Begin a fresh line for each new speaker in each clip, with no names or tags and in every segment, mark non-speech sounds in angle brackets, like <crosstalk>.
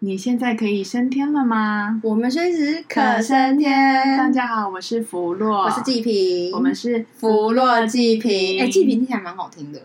你现在可以升天了吗？
我们随时可升天。
大家好，我是福洛，
我是季平，
我们是
福洛季平。
嗯
哎，季平听起来蛮好听的，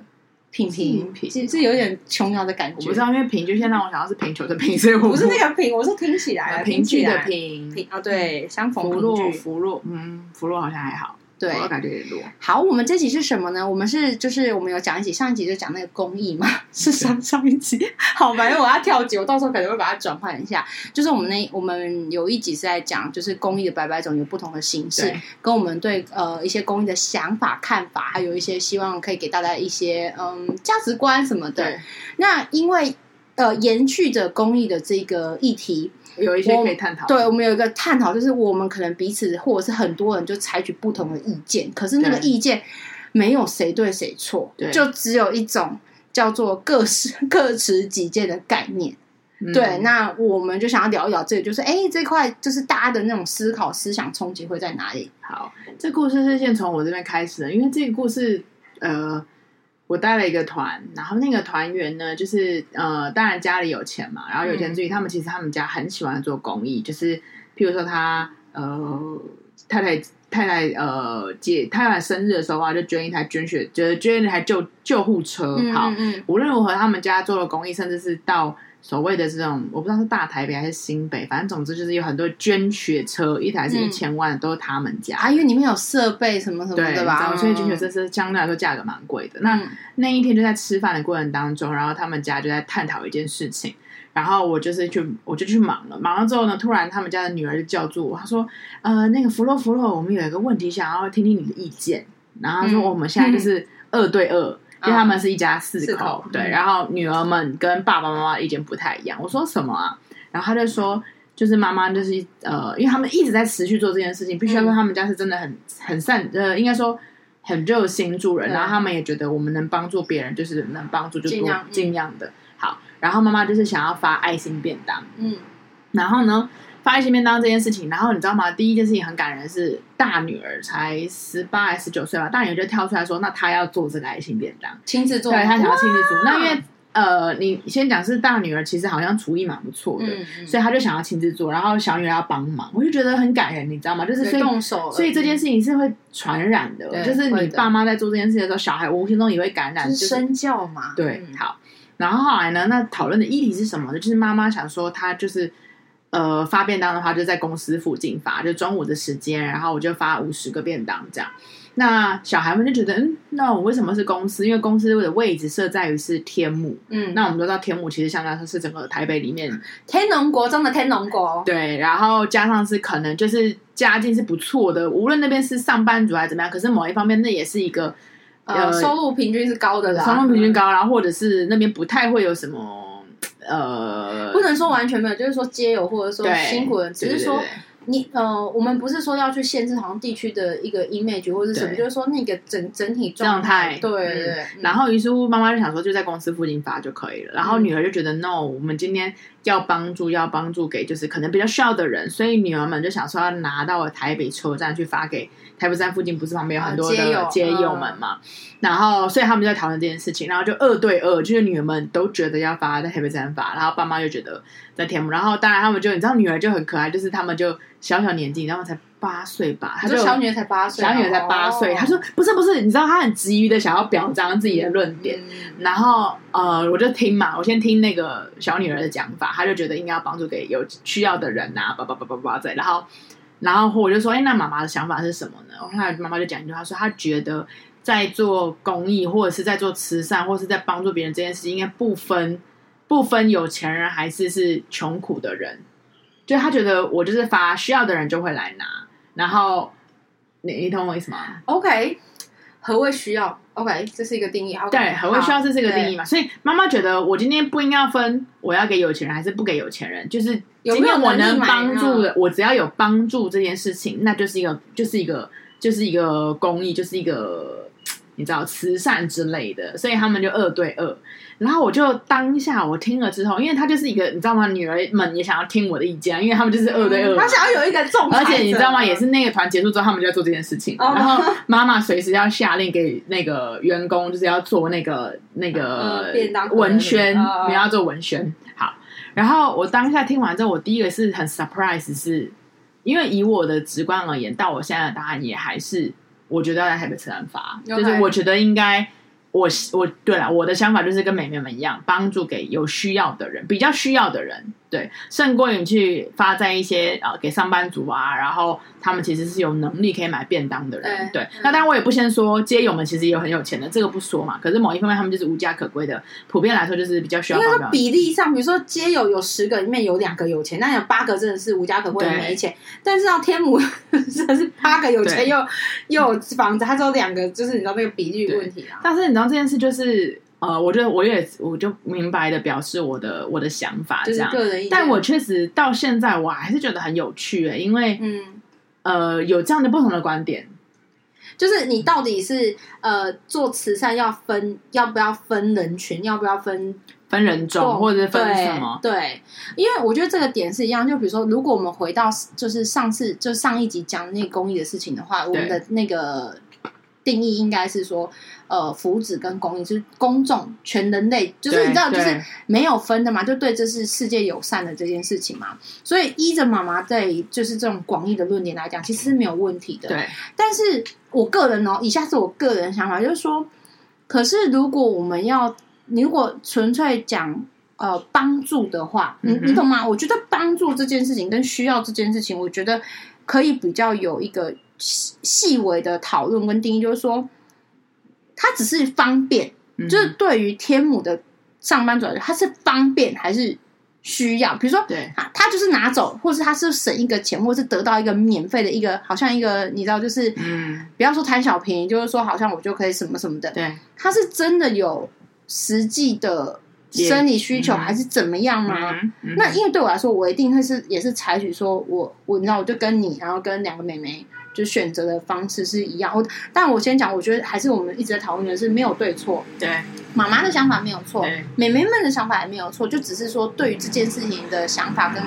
品
平
平，是是有点琼瑶的感
我
觉
不知。道，因为平就先让我想到是贫穷的贫，所以我
不是那个平，我是听起来
啊 <laughs> 平
起
均
来
的平。
平啊，对，相逢
福
平
洛
聚
福洛，嗯，福洛好像还好，
对
福。洛感觉有点弱。
好，我们这集是什么呢？我们是就是我们有讲一集，上一集就讲那个公益嘛， <laughs> 是上上一集。好，反正我要跳集，我到时候可能会把它转换一下。就是我们那我们有一集是在讲，就是公益的百百种有不同的形式
对，
跟我们对呃一些公益的想法、看法，还有一些希望可以给大家一些嗯价值观什么的。，那因为呃延续着公益的这个议题，
有一些可以探讨。
对，我们有一个探讨，就是我们可能彼此或者是很多人就采取不同的意见，可是那个
对
意见没有谁对谁错
对，
就只有一种叫做各持 <laughs> 各持己见的概念。
嗯
对，那我们就想要聊一聊这个，就是哎，这块就是大家的那种思考、思想冲击会在哪里？
好，这故事是先从我这边开始的，因为这个故事，呃，我带了一个团，然后那个团员呢，就是呃，当然家里有钱嘛，然后有钱之余，他们其实他们家很喜欢做公益，就是譬如说他呃太太太太呃姐太太生日的时候啊，就捐一台捐血，就是捐一台救救护车，好，
嗯
无论如何，他们家做了公益，甚至是到所谓的这种，我不知道是大台北还是新北，反正总之就是有很多捐血车，一台是一
嗯
千万，都是他们家。
啊，因为里面有设备什么什么
对
的吧，嗯
然后所以
就
捐血车是相对来说价格蛮贵的。那、那一天就在吃饭的过程当中，然后他们家就在探讨一件事情，然后我就是去我就去忙了，忙了之后呢，突然他们家的女儿就叫住我，她说：“呃，那个弗洛弗洛，我们有一个问题想要听听你的意见。”然后她说
嗯
我们现在
<laughs>
就是二对二。因为他们是一家四口，
四口
对，
嗯
然后女儿们跟爸爸妈妈的意见不太一样。我说什么啊？然后他就说，就是妈妈就是呃，因为他们一直在持续做这件事情，必须要
嗯
说他们家是真的很很善，呃，应该说很热心助人，
对
然后他们也觉得我们能帮助别人，就是能帮助就
嗯尽
多
量嗯
尽量的。好，然后妈妈就是想要发爱心便当，
嗯
然后呢，发爱心便当这件事情，然后你知道吗？第一件事情很感人，是大女儿才十八还十九岁吧，大女儿就跳出来说，那她要做这个爱心便当。
亲自做，
对他想要亲自煮。那因为呃，你先讲是大女儿，其实好像厨艺蛮不错的，
嗯，
所以他就想要亲自做，然后小女儿要帮忙，我就觉得很感人，你知道吗？就是
对
所以。
动手而已，
所以这件事情是会传染的，
对
就是
会
你
的
爸妈在做这件事的时候，小孩无形中也会感染，
就
就是是
身教嘛，
对，
嗯
好。然后后来呢，那讨论的议题是什么呢？就是妈妈想说，她就是呃发便当的话，就在公司附近发，就中午的时间，然后我就发五十个便当这样。那小孩们就觉得，嗯，那我为什么是公司？因为公司的位置设在于是天母，
嗯，
那我们都知道天母其实相当于是整个台北里面
天龙国中的天龙国，
对，然后加上是可能就是家境是不错的，无论那边是上班族还是怎么样，可是某一方面那也是一个
呃，收入平均是高的啦，
双方平均高，然后或者是那边不太会有什么呃，
不能说完全没有，就是说皆有，或者说
对
辛苦人，只是说
对对对
你呃，我们不是说要去限制好像地区的一个 image 或者是什么，
对
就是说那个整整体
状态
态，
嗯
对对对，
然
后
后于是乎妈妈就想说就在公司附近发就可以了，然后
嗯
女儿就觉得、no，我们今天要帮助要帮助给就是可能比较需要的人，所以女儿们就想说要拿到台北车站去发给台北站附近不是旁边有
啊
很多
街
的
友
街友们嘛，然后所以他们就在讨论这件事情，然后就二对二，就是女儿们都觉得要发在台北站发，然后爸妈就觉得在天母，然后当然他们就你知道女儿就很可爱，就是他们就小小年纪，然后才八岁吧，她
就
就
小女儿才八岁，
小女儿才八岁，
哦
她说不是不是，你知道她很急于的想要表彰自己的论点，
嗯
然后呃，我就听嘛，我先听那个小女儿的讲法，她就觉得应该要帮助给有需要的人呐、啊，叭叭叭叭叭这，然后然后我就说，哎，那妈妈的想法是什么呢？后来妈妈就讲一句话，她说她觉得在做公益或者是在做慈善，或是在帮助别人这件事，应该不分不分有钱人还是是穷苦的人，就她觉得我就是发需要的人就会来拿，然后你你懂我意思吗？
啊 OK，何谓需要？OK，这是一个定义，好，
对，很会需要是这个定义
义，
嘛。所以妈妈觉得我今天不应该要分我要给有钱人还是不给有钱人，就是
有
今
没有
天我
能力
能
买
帮
呢
助的，我只要有帮助这件事情，那就是一个就是一个就是一个公益，就是一个你知道慈善之类的。所以他们就二对二。然后我就当下我听了之后，因为他就是一个你知道吗？女儿们也想要听我的意见，因为他们就是二对二嘛。
他想要有一个重，
而且你知道吗？也是那个团结束之后，他们就在做这件事情。
哦
然后妈妈随时要下令给那个员工，就是要做那个那个
呃便当盒
文宣，
哦
你要做文宣。好，然后我当下听完之后，我第一个是很 surprise，是因为以我的直观而言，到我现在的答案也还是我觉得要来台北吃安发，就
OK
是我觉得应该。我我对了，我的想法就是跟美眉们一样，帮助给有需要的人，比较需要的人，对，胜过你去发在一些呃给上班族啊，然后他们其实是有能力可以买便当的人，
对嗯
对。那当然我也不先说街友们其实也有很有钱的，这个不说嘛。可是某一方面他们就是无家可归的，普遍来说就是比较需
因
要
为
帮
说
忙。
比例上，比如说街友有十个里面有两个有钱，那有八个真的是无家可归
对
没钱。但是到天母 <laughs> 真的是八个有钱
对
又又有房子，他只有两个，就是你知道那个比例问题啊。
但是你知道这件事就是呃，我觉得我也我就明白的表示我的我的想法
就
嗯这
是
样。
个人意见。
但我确实到现在我还是觉得很有趣、欸，因为
嗯，
呃有这样的不同的观点，
就是你到底是呃做慈善要分要不要分人群，要不要分
分人种
共
或者是分
对
什么，
对，因为我觉得这个点是一样，就比如说，如果我们回到就是上次就上一集讲的那个公益的事情的话，我们的那个定义应该是说，呃，福祉跟公益就是公众全人类，就是你知道，就
对
是
对
没有分的嘛，就对这是世界友善的这件事情嘛。所以依着妈妈对就是这种广义的论点来讲，其实是没有问题的。
对
但是我个人哦，以下是我个人想法，就是说，可是如果我们要，你如果纯粹讲呃帮助的话，你
嗯哼
你懂吗？我觉得帮助这件事情跟需要这件事情，我觉得可以比较有一个细细微的讨论跟定义，就是说，它只是方便，
嗯
就是对于天母的上班族来说，它是方便还是需要？比如说，
嗯对
啊，他就是拿走，或是他是省一个钱，或是得到一个免费的一个，好像一个你知道，就是
嗯
不要说贪小便宜，就是说好像我就可以什么什么的，
对，
他是真的有实际的
也
生理需求，
嗯
还是怎么样吗？
嗯嗯
那因为对我来说，我一定会是也是采取说我我你知道，我就跟你，然后跟两个妹妹就选择的方式是一样。我但我先讲，我觉得还是我们一直在讨论的是没有对错，
对
妈妈的想法没有错，
对
妹妹们的想法也没有错，就只是说对于这件事情的想法跟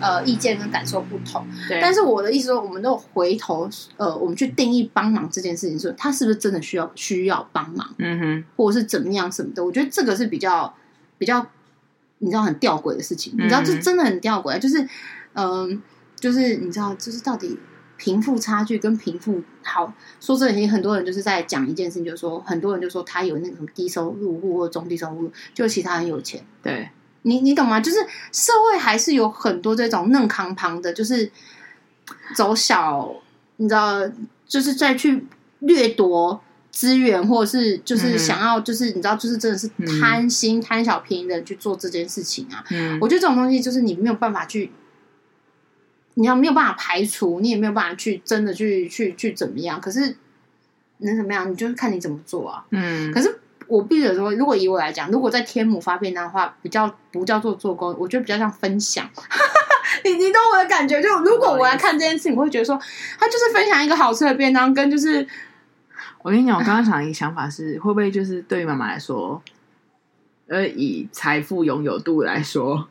呃意见跟感受不同。
对，
但是我的意思说，我们都有回头呃，我们去定义帮忙这件事情，说他是不是真的需要需要帮忙，
嗯哼。
或者是怎么样什么的。我觉得这个是比较比较，你知道很吊诡的事情，你知道这
嗯
真的很吊诡，就是嗯、就是你知道，就是到底。贫富差距跟贫富好说真的，其实很多人就是在讲一件事情，就是说很多人就说他有那个什么低收入户或中低收入户，就其实他很有钱，
对
你你懂吗？就是社会还是有很多这种嫩康旁的，就是走小，你知道，就是再去掠夺资源，或者是就是
嗯
想要，就是、你知道，就是真的是贪心、贪小便宜的人去做这件事情啊。
嗯，
我觉得这种东西就是你没有办法去，你要没有办法排除，你也没有办法去真的去去去怎么样。可是能怎么样？你就是看你怎么做啊。
嗯
可是我必须得说，如果以我来讲，如果在天母发便当的话，比较不叫做做工，我觉得比较像分享。 <laughs> 你你懂我的感觉？就如果我来看这件事情，我会觉得说，他就是分享一个好吃的便当，跟就是 <laughs>
我跟你讲，我刚刚想一个想法是，会不会就是对于妈妈来说，呃，以财富拥有度来
<laughs>
说，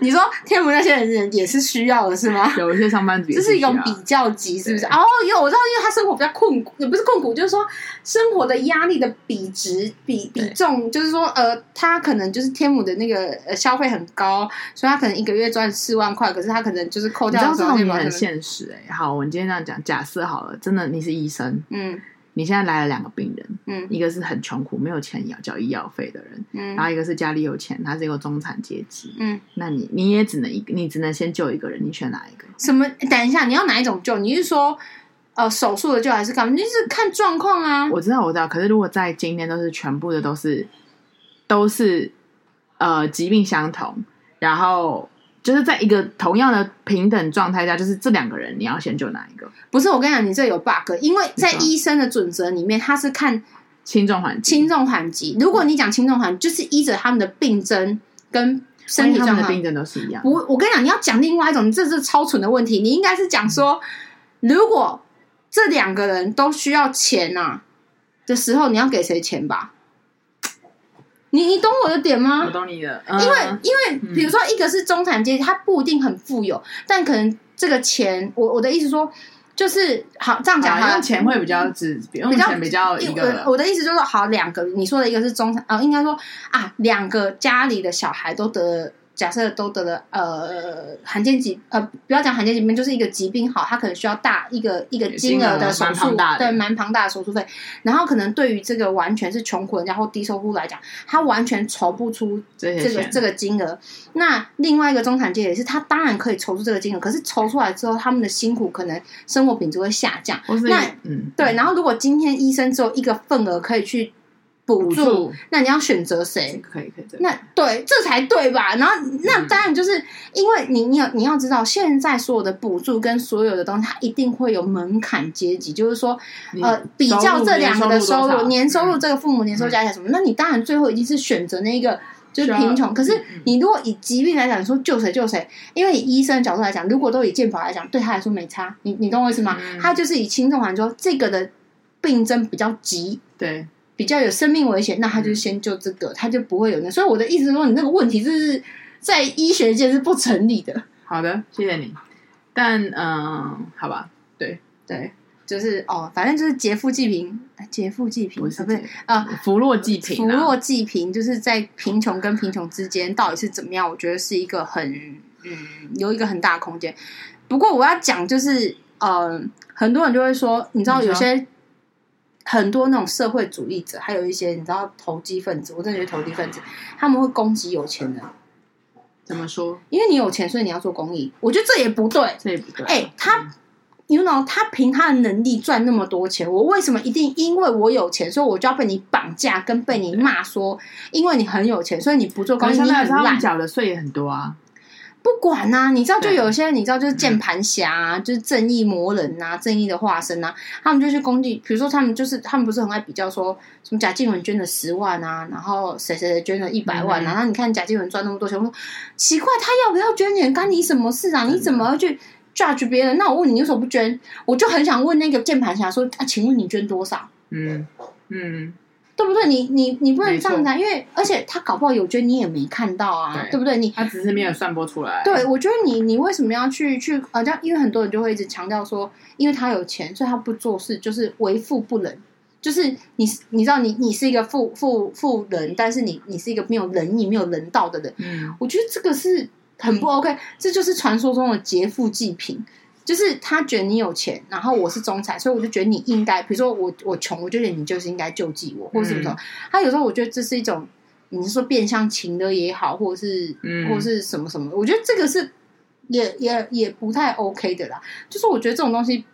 你说天母那些人也是需要的，是吗？
有一些上班族也
这是一
需要
种比较级，是不是？
啊对
哦，有我知道，因为他生活比较困苦，也不是困苦，就是说生活的压力的比值比比
对
重，就是说呃，他可能就是天母的那个呃消费很高，所以他可能一个月赚四万块，可是他可能就是扣
你
掉
知道这
什么
种也
什么
很现实哎、好，我们今天这样讲，假设好了，真的你是医生，
嗯
你现在来了两个病人，
嗯
一个是很穷苦没有钱要交医药费的人，然
嗯
后一个是家里有钱，他是一个中产阶级。
嗯，
那你你也只能一你只能先救一个人，你选哪一个？
什么？等一下，你要哪一种救？你是说呃手术的救还是干嘛？你就是看状况啊。
我知道，我知道。可是如果在今天都是全部的都是都是呃疾病相同，然后就是在一个同样的平等状态下，就是这两个人你要先救哪一个？
不是，我跟你讲，你这有 bug，因为在
你说
医生的准则里面，他是看
轻重缓急，
轻重缓急。如果你讲轻重缓急，就是依着他们的病症跟身
因为
体
他
状
们的病
况。
症都是一样。
不，我跟你讲，你要讲另外一种，你这是超蠢的问题。你应该是讲说，如果这两个人都需要钱啊的时候，你要给谁钱吧？你你懂我的点吗？
我懂你的，
因为
嗯
因为比如说一个是中产阶级，他不一定很富有，但可能这个钱，我我的意思说，就是好这样讲
好
好
像
了。
钱会比较只用
较
钱比较一
因
个
为我我的意思就是说，呃好，两个你说的一个是中产，呃，应该说啊，两个家里的小孩都得假设都得了呃罕见疾呃，不要讲罕见疾病，就是一个疾病好，他可能需要大一个一个金额的手
金额蛮
术
庞大，的
对，蛮庞大的手术费。然后可能对于这个完全是穷苦人家或低收入户来讲，他完全筹不出
这
这
些
个
钱，
这个金额。那另外一个中产阶级也是，他当然可以筹出这个金额，可是筹出来之后，他们的辛苦可能生活品质会下降。
或是
那
嗯，
对，然后如果今天医生只有一个份额可以去补
补
助，
助
那你要选择谁？
可以可以这样，
那对，这才对吧？然后那
嗯
当然就是因为你，你有你要知道，现在所有的补助跟所有的东西，它一定会有门槛阶级，就是说，
你
呃，比较这两个的
收
收
入
入，年
年
收
收入多少嗯
入这个父母年收入加起来什么，那你当然最后一定是选择那个。就是
是啊
贫穷，可是
嗯嗯
你如果以疾病来讲，说救谁救谁，因为以医生的角度来讲，如果都以健保来讲，对他来说没差，你你懂我意思吗？
嗯
他就是以轻重缓说这个的病症比较急，
对，
比较有生命危险，那他
嗯
就先救这个，他就不会有那。所以我的意思是说，你那个问题就是在医学界是不成立的。
好的，谢谢你。但嗯，好吧，
对，就是哦，反正就是劫富济贫，哎劫富济贫
我
啊
是
不是
这个
啊，
扶弱济贫
扶
啊，
弱济贫，就是在贫穷跟贫穷之间到底是怎么样？我觉得是一个很嗯，有一个很大的空间。不过我要讲就是，呃，很多人就会说，你知道
你
有
说
些很多那种社会主义者，还有一些你知道投机分子，我真的觉得投机分子他们会攻击有钱人，
怎么说？
因为你有钱，所以你要做公益。我觉得这也不对，
这也不对。嗯
哎、他，you know，他凭他的能力赚那么多钱，我为什么一定因为我有钱，所以我就要被你绑架，跟被你骂说，因为你很有钱，所以你不做公
可
益，
是
你
那
很
他们
烂。
缴的税也很多啊，
不管呐、你知道，就
对嗯
有些人，你知道，就是键盘侠、啊，就是正义魔人呐、正义的化身呐、他们就去攻击，比如说他们就是他们不是很爱比较说什么贾静雯捐了十万啊，然后谁谁谁捐了一百万
嗯
啊，然后你看贾静雯赚那么多钱，我说奇怪，他要不要捐钱干你什么事啊？你怎么要去 judge 别人？那我问你，你为什么不捐？我就很想问那个键盘侠说啊，请问你捐多少？
嗯嗯，
对不对？你你你不能
没
这
错
样子、啊，因为而且他搞不好有捐，你也没看到啊，
对
对不对？你
他只是没有散播出来。
对，，我觉得你你为什么要去去呃，这样因为很多人就会一直强调说，因为他有钱，所以他不做事，就是为富不仁。就是你你知道你你是一个富富富人，但是你你是一个没有仁义、没有人道的人。
嗯，
我觉得这个是很不 OK，这就是传说中的劫富济贫。就是他觉得你有钱，然后我是中产，所以我就觉得你应该，比如说我我穷，我就觉得你就是应该救济我，或者什么什
嗯
么。他有时候我觉得这是一种，你是说变相情的也好，或者是、
嗯
或是什么什么，我觉得这个是也也也不太 OK 的啦。就是我觉得这种东西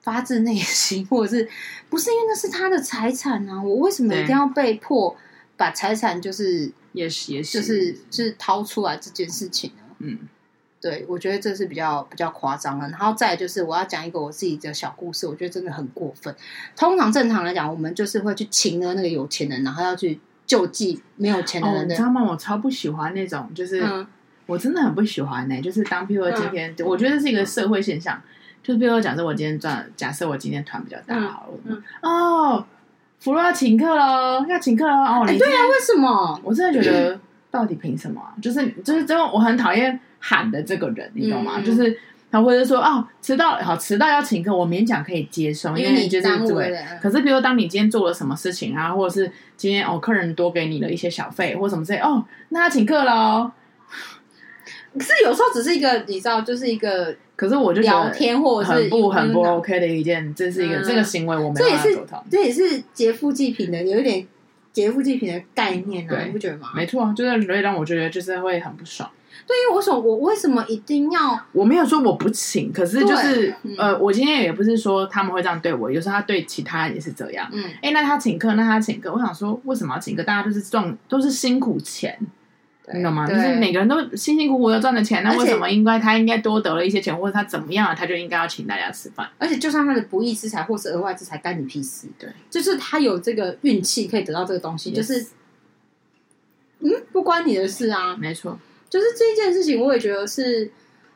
发自内心，或者是不是因为那是他的财产啊？我为什么一
对
定要被迫把财产就是
也是也是，
就是就是掏出来这件事情呢？
嗯，
对，我觉得这是比较比较夸张啊了。然后再来就是我要讲一个我自己的小故事，我觉得真的很过分。通常正常来讲，我们就是会去请了那个有钱人，然后要去救济没有钱的
哦，
人
你
的。
知道吗？我超不喜欢那种，就是、
嗯，
我真的很不喜欢呢、就是当譬如说今天，我觉得是一个社会现象，就譬如说假设我今天赚，假设我今天团比较大
嗯
好了，
嗯
哦，福禄要请客喽，要请客喽，哦，
哎、
你
对啊，为什么？
我真的觉得，到底凭什么、
<clears throat>
啊？就是就是，真的我很讨厌喊的这个人，你懂吗？
嗯
就是他或者说哦，迟到好，迟到要请客，我勉强可以接受，
因
因
为你
就是
耽误了
对。
人
可是，比如当你今天做了什么事情啊，或者是今天哦，客人多给你了一些小费或什么之类，哦，那他请客哦喽。
可是有时候只是一个，你知道，就是一个
可是我就觉
聊
得
天或者是
很不很不
嗯
OK 的一件，这是一个、
嗯
这个行为我没
这也
办法
是
苟同。
这也是劫富济贫的，有一点劫富济贫的概念啊，
对
你不觉得吗？
没错啊，就是所以让我觉得就是会很不爽。
对，因为我说我为什么一定要
我没有说我不请，可是就是
对、嗯
呃，我今天也不是说他们会这样对我，有时候他对其他人也是这样。
嗯？
哎、那他请客，那他请客，我想说为什么要请客？大家都是赚，都是辛苦钱，
对
你懂吗？就
对
是每个人都辛辛苦苦的赚的钱，那
而
为
且
什么应该他应该多得了一些钱，或者他怎么样了，他就应该要请大家吃饭？
而且就算他的不义之财或是额外之财，干你屁事。
对，
就是他有这个运气可以得到这个东西，
Yes
就是嗯，不关你的事啊。
没错，
就是这件事情，我也觉得是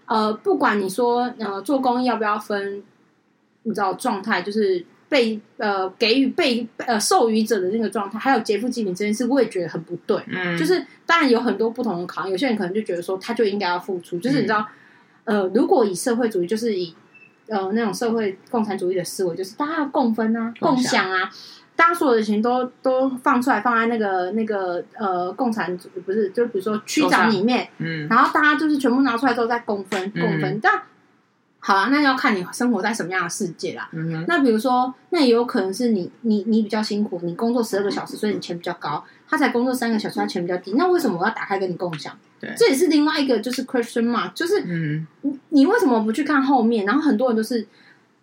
呃，不管你说呃做公益要不要分，你知道状态就是。被呃给予被呃授予者的那个状态，还有劫富济贫这件事，我也觉得很不对。
嗯，
就是当然有很多不同的考量，有些人可能就觉得说他就应该要付出，就是
嗯
你知道，呃，如果以社会主义，就是以呃那种社会共产主义的思维，就是大家要共分啊、共
共
享啊。大家所有的钱都都放出来，放在那个那个呃共产主不是，就比如说区长里面，
嗯，
然后大家就是全部拿出来之后再共分
嗯
共分。但好啊，那要看你生活在什么样的世界啦。
嗯哼，
那比如说，那也有可能是你你你比较辛苦，你工作十二个小时，所以你钱比较高；他才工作三个小时，他钱比较低。那为什么我要打开跟你共享？
对
这也是另外一个就是 question mark，就是
嗯，
你你为什么不去看后面？然后很多人都是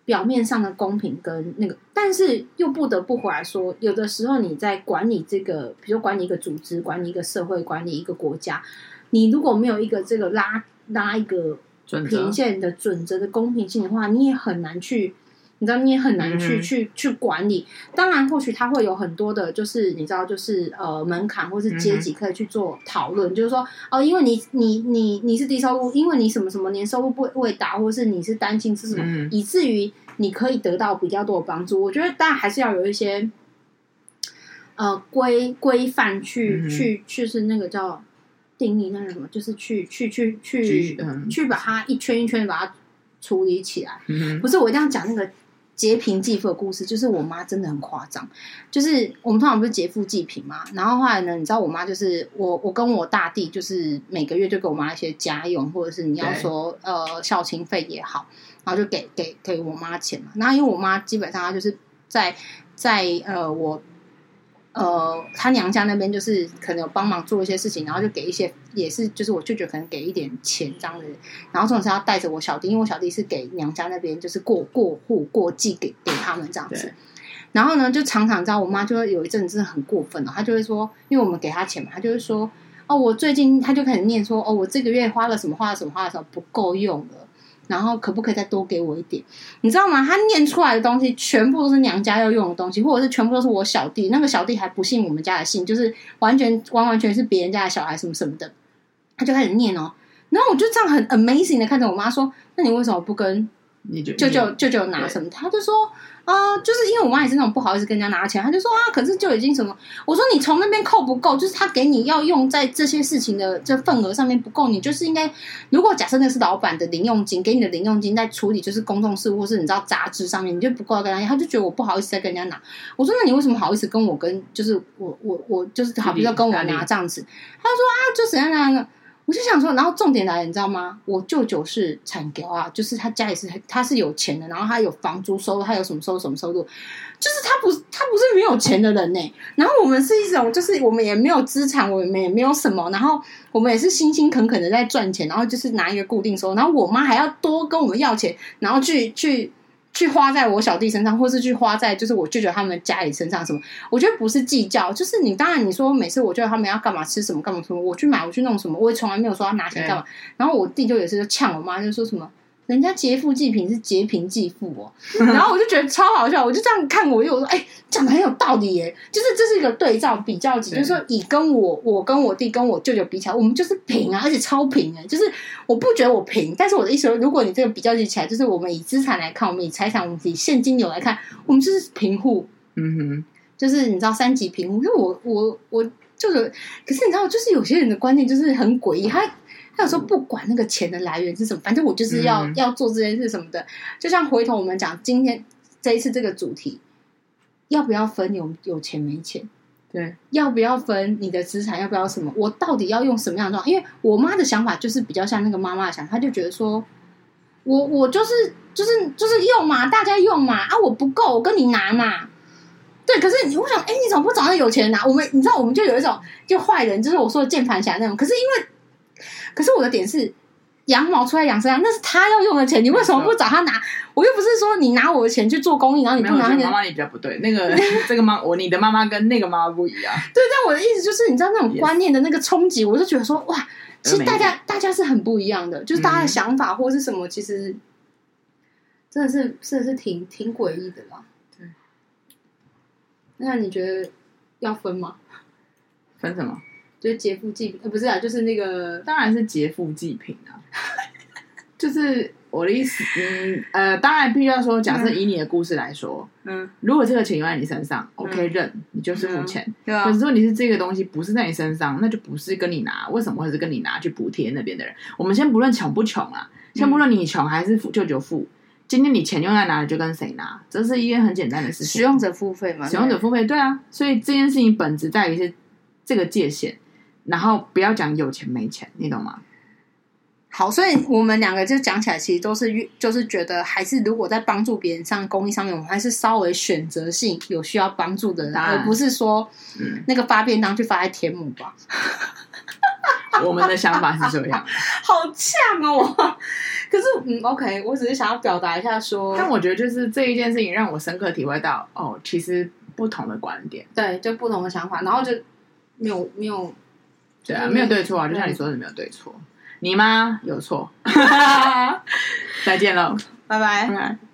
表面上的公平跟那个，但是又不得不回来说，有的时候你在管理这个，比如管理一个组织、管理一个社会、管理一个国家，你如果没有一个这个拉拉一个
准则
平，线的准则的公平性的话，你也很难去，你知道，你也很难去、
嗯
去去管理。当然，或许它会有很多的，就是你知道，就是呃门槛或是阶
嗯
级可以去做讨论，就是说哦，因为你你你你是低收入，因为你什么什么年收入不未达，或是你是单亲是什么，
嗯
以至于你可以得到比较多的帮助。我觉得大家还是要有一些。呃，规规范
嗯
去、
哼
去就是那个叫定义那个什么，就是去去去去
去嗯
去把它一圈一圈地把它处理起来。
嗯
不是，我一定要讲那个劫贫济富的故事，就是我妈真的很夸张。就是我们通常不是劫富济贫嘛，然后后来呢，你知道我妈就是我，我跟我大弟就是每个月就给我妈一些家用，或者是你要
对
说呃孝亲费也好，然后就给给给我妈钱嘛。那因为我妈基本上她就是在在呃我。呃，她娘家那边就是可能有帮忙做一些事情，然后就给一些，也是就是我舅舅可能给一点钱这样子，然后这种是要带着我小弟，因为我小弟是给娘家那边就是过过户过继给给他们这样子
对。
然后呢，就常常你知道，我妈就会有一阵子真的很过分了、她就会说，因为我们给她钱嘛，她就会说，哦，我最近她就开始念说，哦，我这个月花了什么花了什么花了什么不够用了。然后可不可以再多给我一点？你知道吗？她念出来的东西全部都是娘家要用的东西，或者是全部都是我小弟。那个小弟还不信我们家的信，就是完全完完全是别人家的小孩什么什么的。她就开始念哦，然后我就这样很 amazing 的看着我妈说：“那你为什么不跟
你就
舅舅舅舅拿
对
什么？”她就说：“啊、就是因为我妈也是那种不好意思跟人家拿钱，她就说啊，可是就已经什么。”我说：“你从那边扣不够，就是他给你要用在这些事情的这份额上面不够，你就是应该，如果假设那是老板的零用金，给你的零用金在处理就是公众事务或是你知道杂志上面，你就不够要跟人家，他就觉得我不好意思再跟人家拿。我说：“那啊你为什么好意思跟我跟就是我我我就是好，比如说跟我
哪里
拿这样子？”他说：“啊，就怎样怎样。”我就想说，然后重点来了，你知道吗？我舅舅是产条啊，就是他家里是很他是有钱的，然后他有房租收入，他有什么收入什么收入，就是他不他不是没有钱的人呢、然后我们是一种，就是我们也没有资产，我们也没有什么，然后我们也是辛辛恳恳的在赚钱，然后就是拿一个固定收入，然后我妈还要多跟我们要钱，然后去去去花在我小弟身上，或是去花在就是我舅舅他们家里身上什么。我觉得不是计较，就是你当然你说每次我舅舅他们要干嘛吃什么干嘛什么，我去买我去弄什么，我也从来没有说要拿钱干嘛。然后我弟就也是就呛我妈，就说什么。人家劫富济贫是劫贫济富哦，然后我就觉得超好笑，我就这样看我，因为我说，哎、讲的很有道理耶，就是这是一个对照比较级，就
对
是说以跟我我跟我弟跟我舅舅比起来，我们就是平啊，而且超平哎，就是我不觉得我平，但是我的意思说，如果你这个比较级起来，就是我们以资产来看，我们以财产，我们以现金流来看，我们就是平户，
嗯
就是你知道三级贫户，因为我我我就是，可是你知道，就是有些人的观念就是很诡异，他他有时候不管那个钱的来源是什么，反正我就是要、
嗯
要做这件事什么的。就像回头我们讲今天这一次这个主题，要不要分有有钱没钱？
哼，对，
要不要分你的资产？要不要什么？我到底要用什么样的状态？因为我妈的想法就是比较像那个妈妈的想法，她就觉得说，我我就是就是就是用嘛，大家用嘛，啊，我不够，我跟你拿嘛。对，可是你我想，哎、你怎么不找那有钱人拿？我们你知道，我们就有一种就坏人，就是我说的键盘侠那种。可是因为，可是我的点是。羊毛出在羊身上，那是他要用的钱，你为什么不找他拿？我又不是说你拿我的钱去做公益，然后你
没
不
有，我
拿
觉
那
得
个
妈妈也比较不对，那个 <laughs> 这个妈我你的妈妈跟那个妈妈不一样，
对，但我的意思就是，你知道那种
Yes
观念的那个冲击我就觉得说，哇，其实大
没
家大家是很不一样的，就是大家的
嗯
想法或是什么，其实真的是真的是挺挺诡异的啦。
对，
那你觉得要分吗？
分什么？
就是劫富济贫，呃，不是啊，就是那个
当然是劫富济贫啊， <laughs> 就是我的意思，嗯呃，当然必须要说，假设以你的故事来说，
嗯，
如果这个钱用在你身上，OK 认，你就是付钱。
对
可是如果你是这个东西不是在你身上，那就不是跟你拿，为什么会是跟
嗯
你拿去补贴那边的人？我们先不论穷不穷啊，先不论你穷还是富舅舅富，今天你钱用在哪里就跟谁拿，这是一件很简单的事
使
情。
用者付费嘛，
使用者付费，对啊，所以这件事情本质在于是这个界限，然后不要讲有钱没钱，你懂吗？
好，所以我们两个就讲起来，其实都是越就是觉得，还是如果在帮助别人上公益上面，我们还是稍微选择性有需要帮助的人，
当然
而不是说
嗯，
那个发便当去发在天母吧。
<laughs> 我们的想法是这 <laughs> 样，
好呛哦！ <laughs> 可是，嗯，OK，我只是想要表达一下说，
但我觉得就是这一件事情让我深刻体会到，哦，其实不同的观点，
对，就不同的想法，然后就没有没有
对啊，
嗯
没有对错啊，就像你
嗯
说的没有对 <laughs> 错，你妈有错，再见喽，
拜拜
拜。拜。